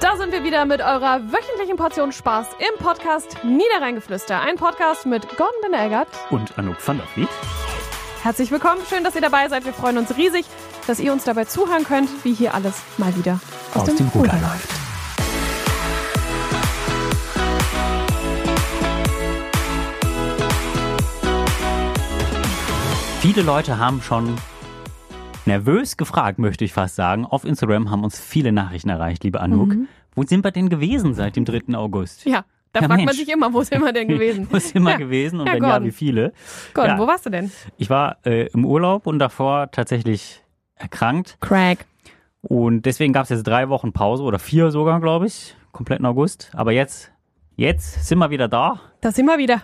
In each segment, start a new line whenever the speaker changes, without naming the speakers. Da sind wir wieder mit eurer wöchentlichen Portion Spaß im Podcast Niederrheingeflüster. Ein Podcast mit Gordon Benegert.
Und Anouk van der Vliet.
Herzlich willkommen, schön, dass ihr dabei seid. Wir freuen uns riesig, dass ihr uns dabei zuhören könnt, wie hier alles mal wieder aus, dem, Ruder läuft.
Viele Leute haben schon nervös gefragt, möchte ich fast sagen. Auf Instagram haben uns viele Nachrichten erreicht, liebe Anouk. Wo sind wir denn gewesen seit dem 3. August?
Mhm. Ja, da
Ja,
fragt man
Mensch.
sich immer, wo sind wir denn gewesen?
Wo sind wir
Ja.
gewesen und
Ja,
wenn
Gordon.
ja, wie viele?
Gordon,
Ja.
wo warst du denn?
Ich war äh, im Urlaub und davor tatsächlich erkrankt.
Craig.
Und deswegen gab es jetzt drei Wochen Pause oder vier sogar, glaube ich, kompletten August. Aber jetzt, jetzt sind wir wieder da
Da sind wir wieder.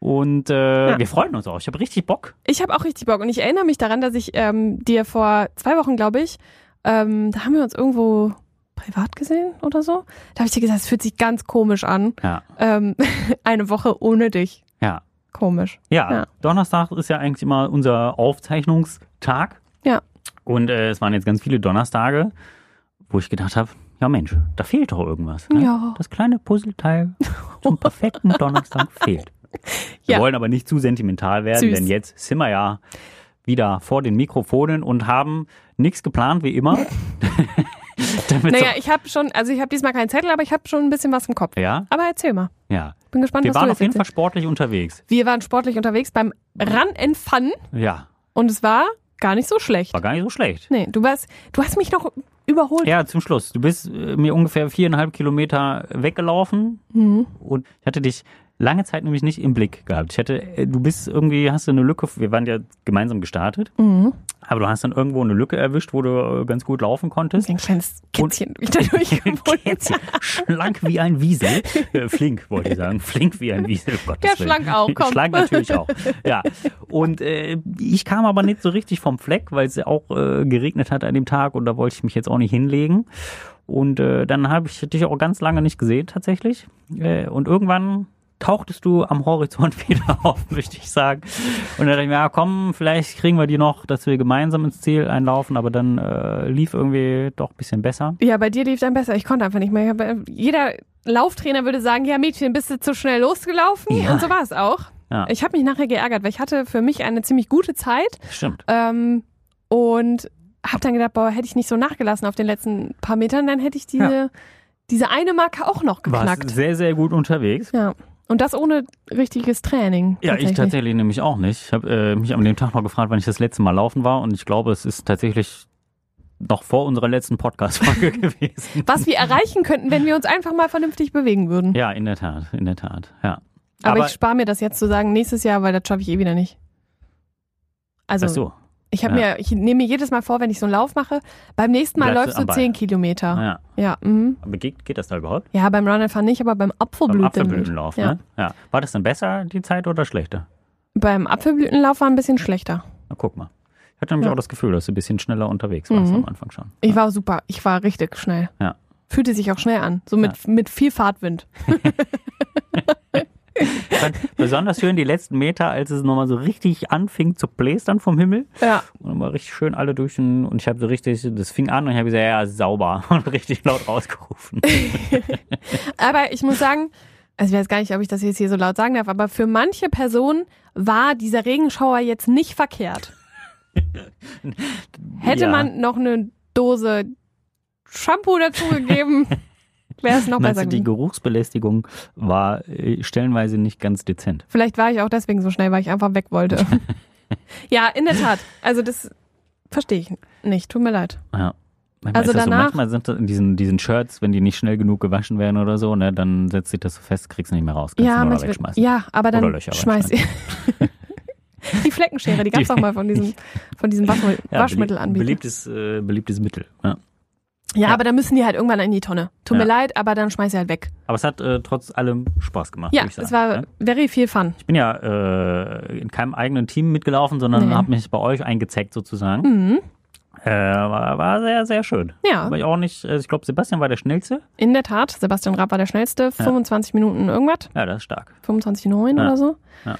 und äh,
Ja.
wir freuen uns auch. Ich habe richtig Bock.
Ich habe auch richtig Bock und ich erinnere mich daran, dass ich ähm, dir vor zwei Wochen, glaube ich, ähm, da haben wir uns irgendwo privat gesehen oder so. Da habe ich dir gesagt, es fühlt sich ganz komisch an.
Ja,
Ähm, eine Woche ohne dich.
ja.
Komisch.
Ja,
Ja.
Donnerstag ist ja eigentlich immer unser Aufzeichnungstag.
Ja.
Und äh, es waren jetzt ganz viele Donnerstage, wo ich gedacht habe, ja Mensch, da fehlt doch irgendwas. Ne?
Ja.
Das kleine Puzzleteil zum perfekten Donnerstag fehlt. Wir
Ja.
wollen aber nicht zu sentimental werden,
Süß.
denn jetzt sind wir ja wieder vor den Mikrofonen und haben nichts geplant, wie immer. Damit
Naja, ich habe schon, also ich habe diesmal keinen Zettel, aber ich habe schon ein bisschen was im Kopf.
so, ja,
Aber erzähl mal.
ja.
Bin gespannt,
Wir
was du
waren
jetzt
auf jeden Fall
erzählst.
sportlich unterwegs.
Wir waren sportlich unterwegs beim Run and Fun
Ja,
und es war gar nicht so schlecht.
war gar nicht so schlecht.
Nee, du warst, du hast mich noch überholt.
Ja, zum Schluss. Du bist äh, mir ungefähr viereinhalb Kilometer weggelaufen
Mhm.
und ich hatte dich lange Zeit nämlich nicht im Blick gehabt. Ich hätte, äh, du bist irgendwie, hast du eine Lücke, wir waren ja gemeinsam gestartet,
Mhm.
aber du hast dann irgendwo eine Lücke erwischt, wo du äh, ganz gut laufen konntest.
Ein kleines Kätzchen bin ich da durchgewunden.
Kätzchen, schlank wie ein Wiesel. Äh, flink, wollte ich sagen. Flink wie ein Wiesel. um Gottes
Ja,
Willen.
schlank auch, komm.
Schlank natürlich auch. Ja. Und äh, ich kam aber nicht so richtig vom Fleck, weil es ja auch äh, geregnet hat an dem Tag und da wollte ich mich jetzt auch nicht hinlegen. Und äh, dann habe ich dich auch ganz lange nicht gesehen, tatsächlich. Äh, und irgendwann tauchtest du am Horizont wieder auf, möchte ich sagen. Und dann dachte ich mir, ja komm, vielleicht kriegen wir die noch, dass wir gemeinsam ins Ziel einlaufen, aber dann äh, lief irgendwie doch ein bisschen besser.
Ja, bei dir lief dann besser. Ich konnte einfach nicht mehr. Ich hab, äh, Jeder Lauftrainer würde sagen, ja Mädchen, bist du zu schnell losgelaufen?
Ja.
Und so war es auch.
Ja.
Ich habe mich nachher geärgert, weil ich hatte für mich eine ziemlich gute Zeit
Stimmt.
ähm, und habe dann gedacht, boah, hätte ich nicht so nachgelassen auf den letzten paar Metern, dann hätte ich diese, diese eine Marke auch noch
Warst
geknackt.
sehr, sehr gut unterwegs.
Ja. Und das ohne richtiges Training.
Ja, ich tatsächlich nämlich auch nicht. Ich habe äh, mich an dem Tag noch gefragt, wann ich das letzte Mal laufen war und ich glaube, es ist tatsächlich noch vor unserer letzten Podcast-Folge gewesen.
Was wir erreichen könnten, wenn wir uns einfach mal vernünftig bewegen würden.
Ja, in der Tat, in der Tat, ja.
Aber, ich spare mir das jetzt zu sagen, nächstes Jahr, weil das schaffe ich eh wieder nicht. Also,
ach so,
ich habe
ja.
mir, ich nehme mir jedes Mal vor, wenn ich so einen Lauf mache, beim nächsten Mal
Bleibst du
läufst
am
du
Ball.
10 Kilometer.
ja.
Ja, mhm.
Aber geht, geht das da überhaupt?
ja beim Run and Fun nicht, aber beim
Beim
Apfelblütenlauf.
Apfelblütenlauf,
ja.
ne? Ja. War das dann besser, die Zeit, oder schlechter?
Beim Apfelblütenlauf war ein bisschen schlechter.
Na, guck mal. Ich hatte nämlich
Ja.
auch das Gefühl, dass du ein bisschen schneller unterwegs warst
Mhm.
am Anfang schon.
Ich war super, ich war richtig schnell.
Ja.
Fühlte sich auch schnell an, so mit, mit viel Fahrtwind.
Ich fand besonders schön die letzten Meter, als es nochmal so richtig anfing zu blästern vom Himmel.
Ja,
Und dann war richtig schön alle durch den, und ich habe so richtig, das fing an und ich habe gesagt, ja, sauber und richtig laut rausgerufen.
aber ich muss sagen, also ich weiß gar nicht, ob ich das jetzt hier so laut sagen darf, aber für manche Personen war dieser Regenschauer jetzt nicht verkehrt. Hätte
ja.
man noch eine Dose Shampoo dazugegeben, wäre es noch
Meinst
besser
du, die
gewesen.
Geruchsbelästigung war äh, stellenweise nicht ganz dezent.
Vielleicht war ich auch deswegen so schnell, weil ich einfach weg wollte. ja, in der Tat. Also das verstehe ich nicht. Tut mir leid.
Ja. Manchmal
Also
ist das
danach-
so, manchmal sind das in diesen, diesen Shirts, wenn die nicht schnell genug gewaschen werden oder so, ne, dann setzt sich das so fest, kriegst du nicht mehr raus, kannst
ja,
du nur noch
manchmal-
wegschmeißen.
ja, aber
Oder
dann
Löcher
schmeiß ich. die Fleckenschere, die gab es
Die-
auch mal von diesem, von diesem Waschmittel-
Ja,
Waschmittelanbieter.
Beliebtes, äh, beliebtes Mittel. Ja.
ja,
ja.
aber dann müssen die halt irgendwann in die Tonne. Tut mir
Ja.
leid, aber dann schmeiß sie halt weg.
Aber es hat äh, trotz allem Spaß gemacht.
Ja,
würd ich sagen,
es war
ne?
very viel Fun.
Ich bin ja äh, in keinem eigenen Team mitgelaufen, sondern
Nee. Mhm.
habe mich bei euch eingezeckt sozusagen. Äh, war, war sehr, sehr schön.
Ja.
War ich auch nicht, also ich glaube, Sebastian war der Schnellste.
In der Tat, Sebastian Raab war der schnellste, 25 Minuten irgendwas,
Ja, das ist stark.
25,9
Ja.
oder so.
Ja.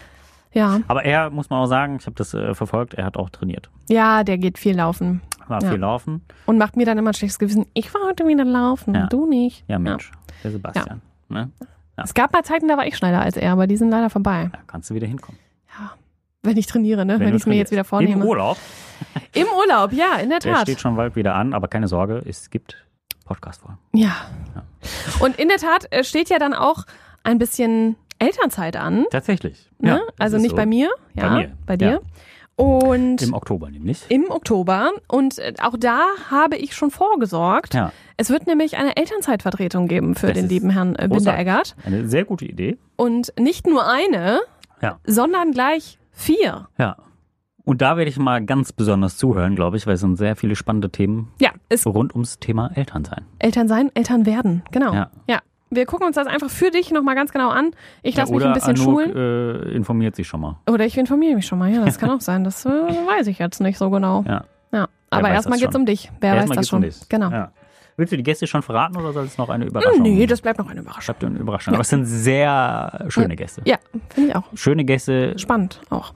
Ja.
Aber er, muss man auch sagen, ich habe das äh, verfolgt, er hat auch trainiert.
ja, der geht viel laufen.
war
Ja.
viel laufen.
Und macht mir dann immer ein schlechtes Gewissen. Ich war heute wieder laufen,
Ja.
du nicht.
Ja, Mensch, der Sebastian. Ne? Ja.
Es gab mal Zeiten, da war ich schneller als er, aber die sind leider vorbei.
Da kannst du wieder hinkommen.
Ja. Wenn ich trainiere, ne? Wenn,
du
ich es mir jetzt
trainierst.
wieder vornehme.
Im Urlaub,
Im Urlaub, ja, in der
der
Tat.
steht schon bald wieder an, aber keine Sorge, es gibt Podcast vor.
Ja.
Ja.
Und in der Tat äh, steht ja dann auch ein bisschen Elternzeit an.
Tatsächlich.
Ne?
Ja, das
also
ist
nicht
so.
bei mir, ja,
Bei mir,
bei dir. Und
Im Oktober nämlich.
im Oktober. Und äh, auch da habe ich schon vorgesorgt.
Ja,
Es wird nämlich eine Elternzeitvertretung geben für
Das
den
ist
lieben Herrn äh,
großartig.
Binder-Eggert.
eine sehr gute Idee.
Und nicht nur eine,
Ja.
sondern gleich vier.
Ja. Und da werde ich mal ganz besonders zuhören, glaube ich, weil es sind sehr viele spannende Themen
Ja, es
rund ums Thema Elternsein.
Eltern sein, Eltern werden. Genau.
Ja.
Wir gucken uns das einfach für dich nochmal ganz genau an. Ich lasse
ja,
mich
oder
ein bisschen
Anouk,
schulen.
Äh, informiert sich schon mal.
Oder ich informiere mich schon mal. Ja, das kann auch sein. Das äh, weiß ich jetzt nicht so genau.
Ja.
Ja,
Wer
aber
weiß
erstmal
das
geht's
schon?
um dich. Wer weiß
Erstmal
das
geht's
schon?
um dich.
Genau. Hm,
Ja. Willst du die Gäste schon verraten oder soll es noch eine Überraschung
Nee, das bleibt noch eine Überraschung.
Schreibt dir eine Überraschung. Aber es sind sehr schöne Gäste.
Ja, finde ich auch.
Schöne Gäste,
Spannend auch.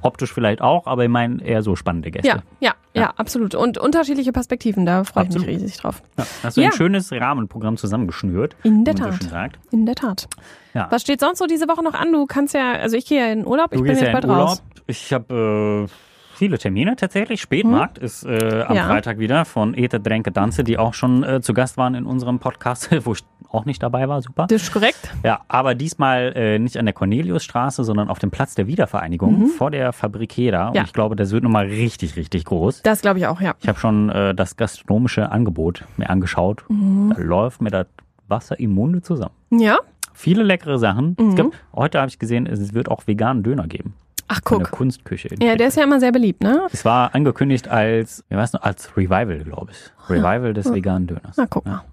optisch vielleicht auch, aber ich meine eher so spannende Gäste.
Ja, ja, ja, absolut. Und unterschiedliche Perspektiven, da freue ich mich
Absolut.
riesig drauf.
Ja, Hast du
Ja.
ein schönes Rahmenprogramm zusammengeschnürt.
In der
wie man so
Tat.
schön sagt.
In der Tat.
Ja.
Was steht sonst so diese Woche noch an? Du kannst ja, also ich gehe ja in Urlaub, ich
Du
bin
gehst
jetzt
ja
bald
in Urlaub.
raus.
Ich habe äh, viele Termine tatsächlich. Spätmarkt ist äh, am
Hm? Ja.
Freitag wieder von Ete Dränke Danze, die auch schon äh, zu Gast waren in unserem Podcast, wo ich auch nicht dabei war. Super.
Das ist korrekt.
Ja, aber diesmal äh, nicht an der Corneliusstraße, sondern auf dem Platz der Wiedervereinigung vor der Fabrik Heda. Und
Mhm. Ja.
ich glaube, das wird nochmal richtig, richtig groß.
Das glaube ich auch, ja.
Ich habe schon äh, das gastronomische Angebot mir angeschaut.
Mhm.
Da läuft mir das Wasser im Munde zusammen.
Ja?
Viele leckere Sachen.
Mhm.
Es gibt, heute habe ich gesehen, es wird auch veganen Döner geben.
Ach,
Von der
guck.
Kunstküche. in
Ja, der ist ja immer sehr beliebt, ne?
es war angekündigt als, wie war's noch, als Revival, glaube ich. Revival des
Hm.
veganen Döners.
Na, guck mal.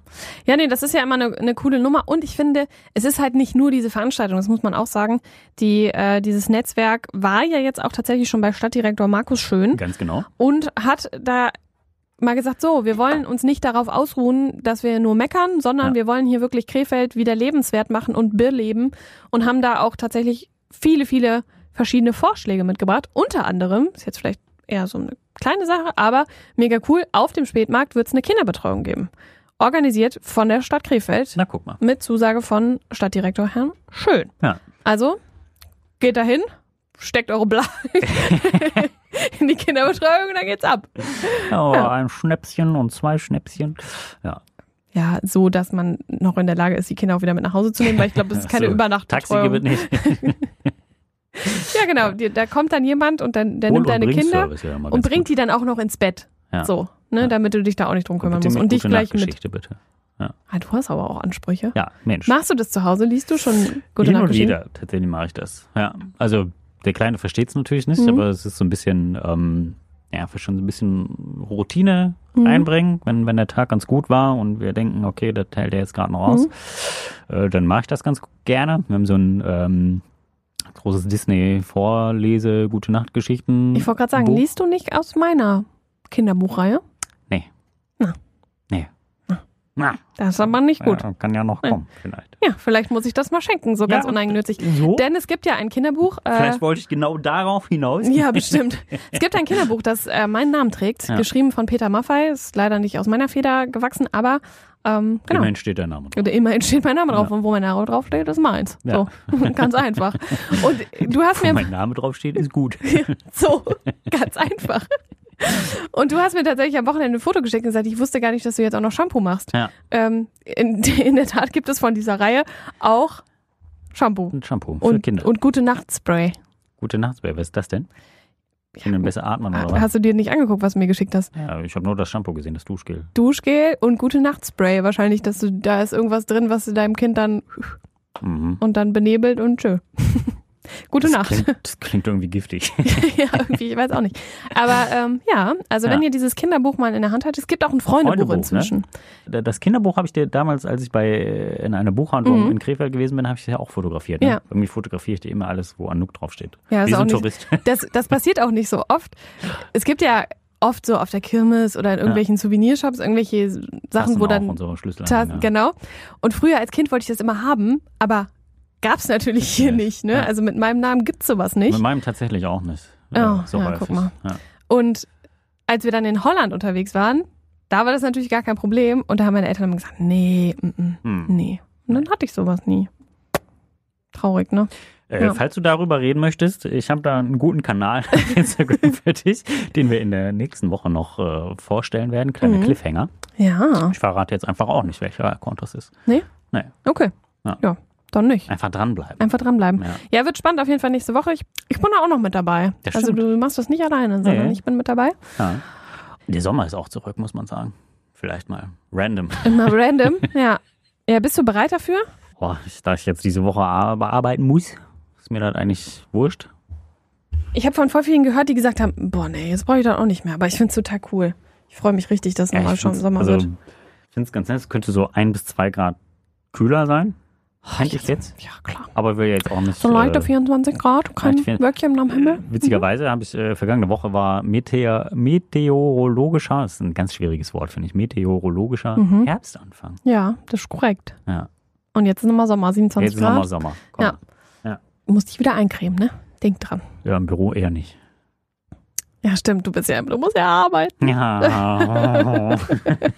Ja, nee, das ist ja immer eine, eine coole Nummer. Und ich finde, es ist halt nicht nur diese Veranstaltung, das muss man auch sagen. Die, äh, dieses Netzwerk war ja jetzt auch tatsächlich schon bei Stadtdirektor Markus Schön
Ganz genau.
und hat da mal gesagt, so, wir wollen uns nicht darauf ausruhen, dass wir nur meckern, sondern
Ja.
wir wollen hier wirklich Krefeld wieder lebenswert machen und beleben und haben da auch tatsächlich viele, viele verschiedene Vorschläge mitgebracht. Unter anderem, ist jetzt vielleicht eher so eine kleine Sache, aber mega cool, auf dem Spätmarkt wird es eine Kinderbetreuung geben. Organisiert von der Stadt Krefeld
Na, guck mal.
mit Zusage von Stadtdirektor Herrn Schön.
Ja.
Also, geht dahin, steckt eure Blagen in die Kinderbetreuung und dann geht's ab.
Oh,
Ja.
Ein Schnäpschen und zwei Schnäpschen. Ja.
Ja, so, dass man noch in der Lage ist, die Kinder auch wieder mit nach Hause zu nehmen, weil ich glaube, das ist keine
So, Taxi
Übernachtbetreuung.
gibt nicht.
Ja, genau. Die- Da kommt dann jemand und dann, der
Hol-
nimmt deine
bringst
Kinder
Service wäre mal
und
ganz
bringt
gut.
die dann auch noch ins Bett.
Ja.
So, ne,
Ja.
damit du dich da auch nicht drum
Bitte
kümmern musst.
mit
Und dich
gute
gleich mit.
Nachtgeschichte, bitte.
Ah, du hast aber auch Ansprüche.
Ja, Mensch.
Machst du das zu Hause? Liest du schon gute
Hin und
Nachrichten?
wieder, tatsächlich mache ich das. Ja, also der Kleine versteht es natürlich
Mhm.
nicht, aber es ist so ein bisschen, ähm, ja, schon so ein bisschen Routine
Mhm.
einbringen. Wenn, wenn der Tag ganz gut war und wir denken, okay, da teilt er jetzt gerade noch aus,
Mhm.
äh, dann mache ich das ganz gerne. Wir haben so ein ähm, großes Disney-Vorlese, gute Nacht-Geschichten.
Ich wollte gerade sagen,
Buch.
liest du nicht aus meiner Kinderbuchreihe?
Nee.
Na.
Nee. Na,
Das ist aber nicht gut.
Ja, kann ja noch kommen, vielleicht.
Ja, vielleicht muss ich das mal schenken, so ganz
Ja,
uneigennützig.
So?
Denn es gibt ja ein Kinderbuch. Äh,
Vielleicht wollte ich genau darauf hinaus.
ja, bestimmt. Es gibt ein Kinderbuch, das äh, meinen Namen trägt,
Ja.
geschrieben von Peter Maffei. Ist leider nicht aus meiner Feder gewachsen, aber ähm, genau.
Immerhin steht der Name drauf.
Und immerhin steht mein Name drauf und wo mein Name drauf steht, ist meins.
Ja.
So, ganz einfach. Und du hast
Wo
mir
mein Name draufsteht, ist gut.
so ganz einfach. Und du hast mir tatsächlich am Wochenende ein Foto geschickt und gesagt, ich wusste gar nicht, dass du jetzt auch noch Shampoo machst.
Ja,
Ähm, in, in der Tat gibt es von dieser Reihe auch Shampoo
ein Shampoo für
und,
Kinder.
und gute Nachtspray.
Gute Nacht, wer was ist das denn? Ich
Ja, Ah,
kann besser atmen oder was?
Hast du dir nicht angeguckt, was du mir geschickt hast?
Ja, ich habe nur das Shampoo gesehen, das Duschgel.
Duschgel und gute Nachtspray. Wahrscheinlich, dass du da ist irgendwas drin, was du deinem Kind dann
Mhm.
und dann benebelt und tschö. gute
Das
Nacht.
klingt, das klingt irgendwie giftig.
ja, irgendwie, ich weiß auch nicht. Aber ähm, ja, also wenn
Ja.
ihr dieses Kinderbuch mal in der Hand habt, es gibt auch ein Freundebuch,
Freundebuch, ne?
inzwischen.
Das Kinderbuch habe ich dir damals, als ich bei äh, in einer Buchhandlung in Krefeld gewesen bin, habe ich das ja auch fotografiert. Ne?
Mhm. Ja.
Irgendwie fotografiere ich dir immer alles, wo Anouk draufsteht.
Ja, ist
Wie so
auch
ein
nicht-
Tourist.
Das, das passiert auch nicht so oft. Es gibt ja oft so auf der Kirmes oder in irgendwelchen Souvenirshops irgendwelche Sachen, wo
Tassen auch
dann
und so Schlüssel.
Tassen,
ja.
genau. Und früher als Kind wollte ich das immer haben, aber gab's natürlich hier nicht. Ne?
Ja.
Also mit meinem Namen gibt's sowas nicht.
Mit meinem tatsächlich auch nicht.
Oh,
so
ja,
häufig.
guck mal.
Ja.
Und als wir dann in Holland unterwegs waren, da war das natürlich gar kein Problem. Und da haben meine Eltern immer gesagt, nee, mm, mm,
Hm.
nee. Und dann hatte ich sowas nie. Traurig, ne?
Äh,
Ja.
Falls du darüber reden möchtest, ich habe da einen guten Kanal auf Instagram für dich, den wir in der nächsten Woche noch äh, vorstellen werden. Kleine
Mhm.
Cliffhanger.
Ja.
Ich verrate jetzt einfach auch nicht, welcher Account das ist.
Okay.
Ja.
Ja, dann nicht.
Einfach dranbleiben.
Einfach dranbleiben.
Ja.
Ja, wird spannend auf jeden Fall nächste Woche. Ich, ich bin da auch noch mit dabei.
Das
also
stimmt.
du machst das nicht alleine, sondern
Nee.
ich bin mit dabei.
Ja. Der Sommer ist auch zurück, muss man sagen. Vielleicht mal random.
Immer random. Ja. Ja, bist du bereit dafür?
Boah, ich, da ich jetzt diese Woche ar- bearbeiten muss, ist mir das eigentlich wurscht.
Ich habe von voll vielen gehört, die gesagt haben, boah, nee, jetzt brauche ich das auch nicht mehr. Aber ich find's total cool. Ich freue mich richtig, dass es nochmal
ich
schon
find's-
Sommer
also,
wird.
Ich finde es ganz nett. Es könnte so ein bis zwei Grad kühler sein. Fand ich jetzt.
Ja, klar.
Aber will jetzt auch nicht.
So leichte
äh,
24 Grad, kein
leichte vier-
Wölkchen am Himmel.
Witzigerweise habe ich äh, vergangene Woche war Meteor, meteorologischer, das ist ein ganz schwieriges Wort, finde ich, meteorologischer
Mhm.
Herbstanfang.
Ja, das ist korrekt.
Ja.
Und jetzt ist nochmal Sommer, 27
Jetzt ist
Grad.
nochmal Sommer. Komm.
Ja. Du musst dich wieder eincremen, ne? Denk dran.
ja, im Büro eher nicht.
Ja, stimmt, du bist ja, du musst ja arbeiten.
Ja.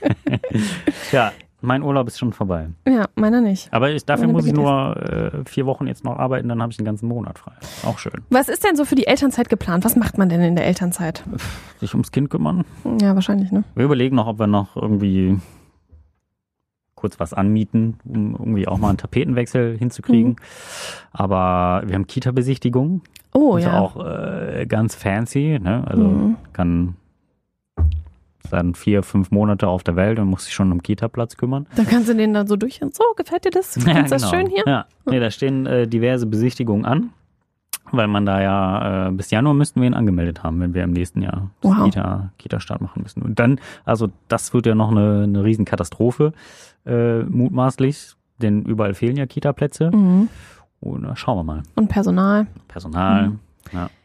ja, mein Urlaub ist schon vorbei.
Ja, meiner nicht.
Aber ich, dafür
Meine
muss ich
Bitte
nur äh, vier Wochen jetzt noch arbeiten, dann habe ich den ganzen Monat frei. Auch schön.
Was ist denn so für die Elternzeit geplant? Was macht man denn in der Elternzeit?
Sich ums Kind kümmern.
Ja, wahrscheinlich, ne?
Wir überlegen noch, ob wir noch irgendwie kurz was anmieten, um irgendwie auch mal einen Tapetenwechsel hinzukriegen.
Mhm.
Aber wir haben Kita-Besichtigung.
Oh
ist
ja.
auch äh, ganz fancy. Ne? Also
Mhm.
kann ist dann vier, fünf Monate auf der Welt und muss sich schon um Kita-Platz kümmern.
Da kannst du den dann so durch. So, gefällt dir das? Findest du das
genau.
schön hier? Hm.
Ja, nee, da stehen äh, diverse Besichtigungen an, weil man da ja äh, bis Januar müssten wir ihn angemeldet haben, wenn wir im nächsten Jahr das
Wow.
Kita, Kita-Start machen müssen. Und dann, also das wird ja noch eine, eine Riesenkatastrophe, äh, mutmaßlich, denn überall fehlen ja Kita-Plätze.
Mhm.
Und äh, schauen wir mal.
Und Personal.
Personal.
Hm.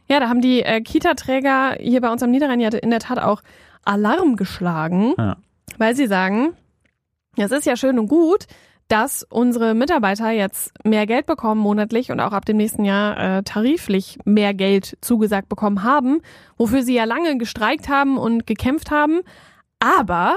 Ja, da haben die äh, Kita-Träger hier bei uns am Niederrhein ja in der Tat auch Alarm geschlagen,
Ja.
weil sie sagen, es ist ja schön und gut, dass unsere Mitarbeiter jetzt mehr Geld bekommen monatlich und auch ab dem nächsten Jahr äh, tariflich mehr Geld zugesagt bekommen haben, wofür sie ja lange gestreikt haben und gekämpft haben. Aber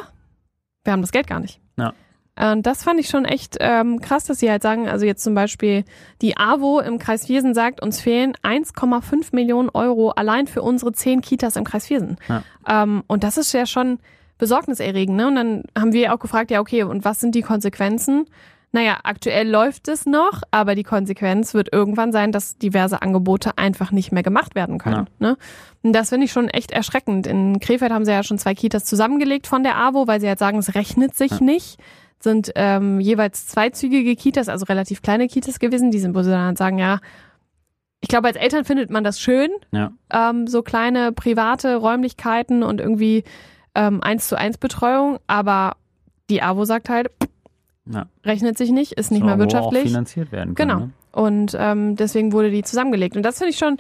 wir haben das Geld gar nicht.
Ja.
Und das fand ich schon echt ähm, krass, dass sie halt sagen, also jetzt zum Beispiel die AWO im Kreis Viersen sagt, uns fehlen 1,5 Millionen Euro allein für unsere 10 Kitas im Kreis Viersen.
Ja.
Ähm, und das ist ja schon besorgniserregend. Ne? Und dann haben wir auch gefragt, ja okay, und was sind die Konsequenzen? Naja, aktuell läuft es noch, aber die Konsequenz wird irgendwann sein, dass diverse Angebote einfach nicht mehr gemacht werden können. Ne? Und das finde ich schon echt erschreckend. In Krefeld haben sie ja schon zwei Kitas zusammengelegt von der AWO, weil sie halt sagen, es rechnet sich nicht sind ähm, jeweils zweizügige Kitas, also relativ kleine Kitas gewesen, die sind, wo sie dann sagen, ja, ich glaube, als Eltern findet man das schön,
Ja.
ähm, so kleine private Räumlichkeiten und irgendwie ähm, eins zu eins Betreuung, aber die AWO sagt halt,
Ja.
rechnet sich nicht, ist nicht
Schauen
mehr
wir, wo Auch
wirtschaftlich.
finanziert werden können,
Genau.
Ne?
Und ähm, deswegen wurde die zusammengelegt. Und das finde ich schon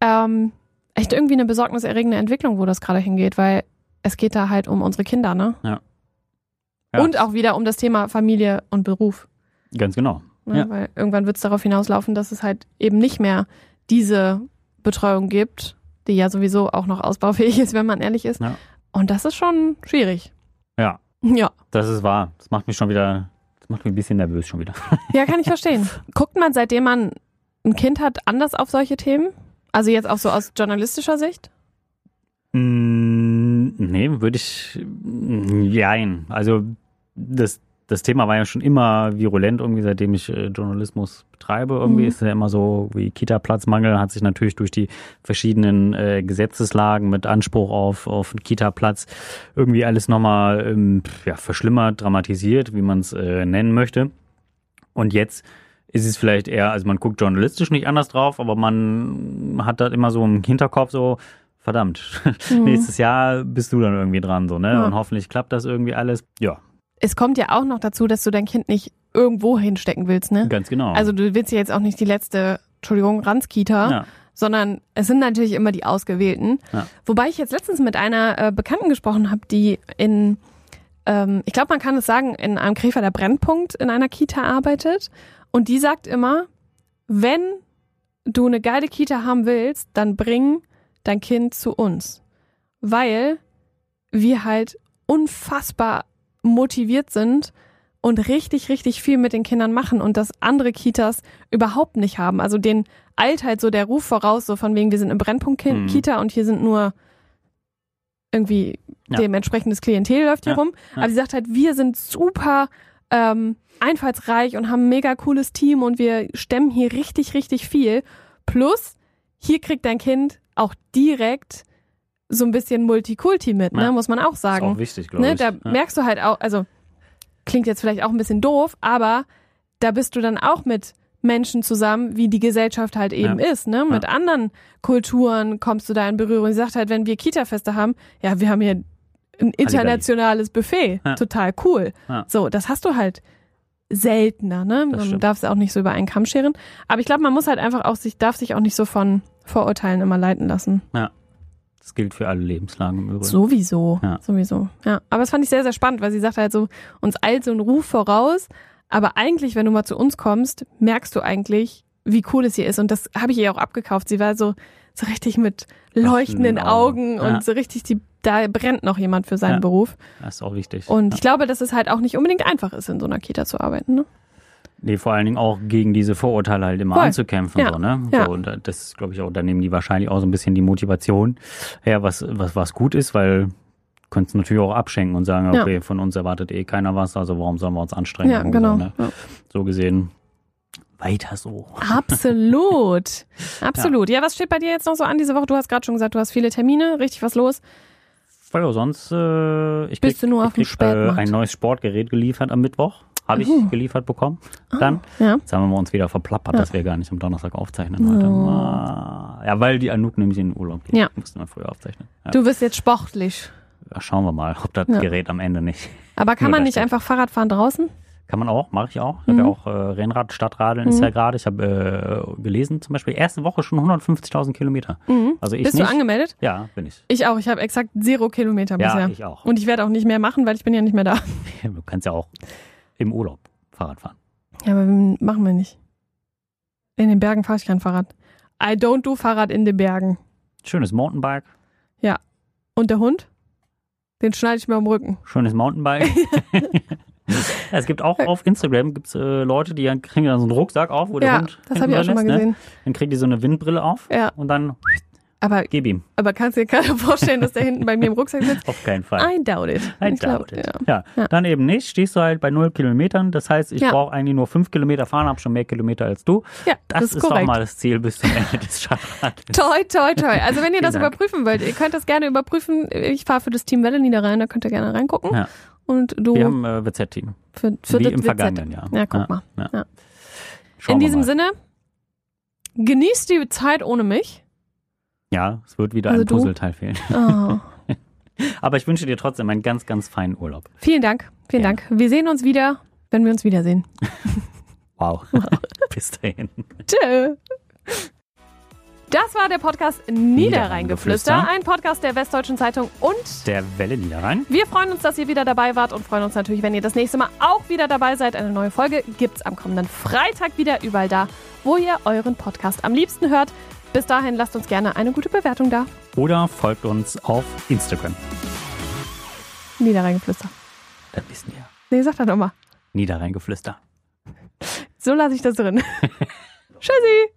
ähm, echt irgendwie eine besorgniserregende Entwicklung, wo das gerade hingeht, weil es geht da halt um unsere Kinder, ne?
Ja. Ja.
Und auch wieder um das Thema Familie und Beruf.
Ganz genau.
Ne?
Ja.
Weil irgendwann wird es darauf hinauslaufen, dass es halt eben nicht mehr diese Betreuung gibt, die ja sowieso auch noch ausbaufähig ist, wenn man ehrlich ist.
Ja.
Und das ist schon schwierig.
Ja.
Ja.
Das ist wahr. Das macht mich schon wieder, das macht mich ein bisschen nervös schon wieder.
Ja, kann ich verstehen. Guckt man, seitdem man ein Kind hat, anders auf solche Themen? Also jetzt auch so aus journalistischer Sicht?
Mm, Nee, würde ich. mm, Jein. Also, das, das Thema war ja schon immer virulent, irgendwie, seitdem ich äh, Journalismus betreibe. Irgendwie
Mhm.
ist ja immer so, wie Kita-Platzmangel hat sich natürlich durch die verschiedenen äh, Gesetzeslagen mit Anspruch auf, auf einen Kita-Platz irgendwie alles nochmal ähm, pf, ja, verschlimmert, dramatisiert, wie man es äh, nennen möchte. Und jetzt ist es vielleicht eher, also man guckt journalistisch nicht anders drauf, aber man hat das immer so im Hinterkopf so, verdammt, nächstes Jahr bist du dann irgendwie dran, so, ne?
Mhm. Ja.
Und hoffentlich klappt das irgendwie alles. Ja,
Es kommt ja auch noch dazu, dass du dein Kind nicht irgendwo hinstecken willst, ne?
ganz genau.
Also du willst ja jetzt auch nicht die letzte, Entschuldigung, Ranzkita.
ja.
sondern es sind natürlich immer die Ausgewählten.
Ja.
Wobei ich jetzt letztens mit einer äh, Bekannten gesprochen habe, die in, ähm, ich glaube, man kann es sagen, in einem Krefelder Brennpunkt in einer Kita arbeitet. Und die sagt immer, wenn du eine geile Kita haben willst, dann bring dein Kind zu uns. Weil wir halt unfassbar motiviert sind und richtig, richtig viel mit den Kindern machen und das andere Kitas überhaupt nicht haben. Also den eilt halt so der Ruf voraus, so von wegen, wir sind im
Mhm.
Brennpunkt-Kita und hier sind nur irgendwie
Ja.
dementsprechendes Klientel läuft hier
Ja,
rum.
ja.
Aber sie sagt halt, wir sind super ähm, einfallsreich und haben ein mega cooles Team und wir stemmen hier richtig, richtig viel. Plus, hier kriegt dein Kind auch direkt so ein bisschen Multikulti mit, ne?
Ja.
muss man auch sagen.
Ist auch wichtig, glaube
Ne,
ich.
da merkst du halt auch, also klingt jetzt vielleicht auch ein bisschen doof, aber da bist du dann auch mit Menschen zusammen, wie die Gesellschaft halt eben ist. Ne? Mit anderen Kulturen kommst du da in Berührung. Sie sagt halt, wenn wir Kita-Feste haben, ja, wir haben hier ein internationales Buffet.
Ja.
Total cool.
Ja.
So, das hast du halt seltener. Ne?
Das
Man
stimmt.
darf es auch nicht so über einen Kamm scheren. Aber ich glaube, man muss halt einfach auch sich, darf sich auch nicht so von Vorurteilen immer leiten lassen.
das gilt für alle Lebenslagen im Übrigen.
Sowieso,
Ja.
sowieso. Ja, aber das fand ich sehr, sehr spannend, weil sie sagte halt so, uns eilt so ein Ruf voraus, aber eigentlich, wenn du mal zu uns kommst, merkst du eigentlich, wie cool es hier ist. Und das habe ich ihr auch abgekauft. Sie war so, so richtig mit leuchtenden
Leuchtenden Augen.
Augen und
genau. Ja.
so richtig, die, da brennt noch jemand für seinen
Ja.
Beruf.
Das ist auch wichtig.
Und
ja.
ich glaube, dass es halt auch nicht unbedingt einfach ist, in so einer Kita zu arbeiten. Ne?
Nee, vor allen Dingen auch gegen diese Vorurteile halt immer
Voll.
anzukämpfen.
Ja.
So, ne?
Ja.
So, und da- das ist, glaube ich, auch, da nehmen die wahrscheinlich auch so ein bisschen die Motivation her, was, was, was gut ist, weil können es natürlich auch abschenken und sagen,
Ja.
okay, von uns erwartet eh keiner was, also warum sollen wir uns anstrengen?
Ja,
Und
genau.
So, ne?
Ja.
so gesehen, weiter so.
Absolut. Absolut. Ja. was steht bei dir jetzt noch so an diese Woche? Du hast gerade schon gesagt, du hast viele Termine, richtig was los.
Weil sonst, äh, ich
Bist
krieg,
du nur
ich
auf dem
krieg, äh,
Spätmarkt?
ein neues Sportgerät geliefert am Mittwoch. Habe ich
Oh.
geliefert bekommen. Dann.
Ja.
Jetzt haben wir uns wieder verplappert,
Ja.
dass wir gar nicht am Donnerstag aufzeichnen wollten.
Oh.
Ah, Ja, weil die Anouk nämlich in den Urlaub geht.
Ja.
Mussten wir früher aufzeichnen. Ja.
Du bist jetzt sportlich.
Ja, Schauen wir mal, ob das
Ja.
Gerät am Ende nicht.
Aber kann
Nur
man
da
nicht
steht.
einfach Fahrrad fahren draußen?
Kann man auch, mache ich auch. Ich habe
Mhm.
ja auch äh, Rennrad, Stadtradeln ist ja gerade. Ich habe äh, gelesen zum Beispiel, erste Woche schon 150.000 Kilometer. Also ich
Mhm. Bist
nicht.
du angemeldet?
ja, bin ich.
Ich auch. Ich habe exakt zero Kilometer
Ja,
bisher.
ich auch.
Und ich werde auch nicht mehr machen, weil ich bin ja nicht mehr da.
Du kannst ja auch im Urlaub Fahrrad fahren.
Ja, aber wir- machen wir nicht. In den Bergen fahre ich kein Fahrrad. I don't do Fahrrad in den Bergen.
Schönes Mountainbike,
Und der Hund? Den schneide ich mir am Rücken.
schönes Mountainbike. es gibt auch auf Instagram gibt's, äh, Leute, die kriegen dann so einen Rucksack auf, wo Oh, der
ja,
Hund
das
hinten
habe ich auch
drin
schon mal
ist, ne?
gesehen.
Dann kriegt die so eine Windbrille auf
Ja.
und dann
Aber,
gib ihm.
aber kannst dir gerade vorstellen, dass der hinten bei mir im Rucksack sitzt?
Auf keinen Fall.
I doubt it.
I
Ich glaub,
doubt it.
Ja.
Ja.
Ja.
dann eben nicht. Stehst du halt bei null Kilometern. Das heißt, ich
Ja.
brauche eigentlich nur fünf Kilometer fahren, habe schon mehr Kilometer als du.
ja,
Das, ist, doch
korrekt.
mal das Ziel bis zum Ende des Stadtrades.
Toi, toi, toi. Also wenn ihr das
Vielen Dank.
überprüfen wollt, ihr könnt das gerne überprüfen. Ich fahre für das Team Welle Niederrhein, da könnt ihr gerne reingucken.
Ja.
Und du
Wir haben äh, WZ-Team.
für, für
Wie
das
im
WZ.
vergangenen Jahr.
Ja, guck mal.
Ja.
Ja.
Schauen
In
wir
diesem
mal.
Sinne, genießt die Zeit ohne mich.
Ja, es wird wieder
Also
ein
du?
Puzzleteil fehlen.
Oh.
Aber ich wünsche dir trotzdem einen ganz, ganz feinen Urlaub.
Vielen Dank, vielen
Gerne.
Dank. Wir sehen uns wieder, wenn wir uns wiedersehen.
Wow. bis dahin.
Tschö. Das war der Podcast Niederrheingeflüster,
Niederrheingeflüster.
ein Podcast der Westdeutschen Zeitung und
Der Welle Niederrhein.
wir freuen uns, dass ihr wieder dabei wart und freuen uns natürlich, wenn ihr das nächste Mal auch wieder dabei seid. Eine neue Folge gibt's am kommenden Freitag wieder überall da, wo ihr euren Podcast am liebsten hört. Bis dahin lasst uns gerne eine gute Bewertung da.
Oder folgt uns auf Instagram.
Niederrheingeflüster.
Dann wissen wir.
Nee, sag doch nochmal.
Niederrheingeflüster.
So lasse ich das drin. Tschüssi!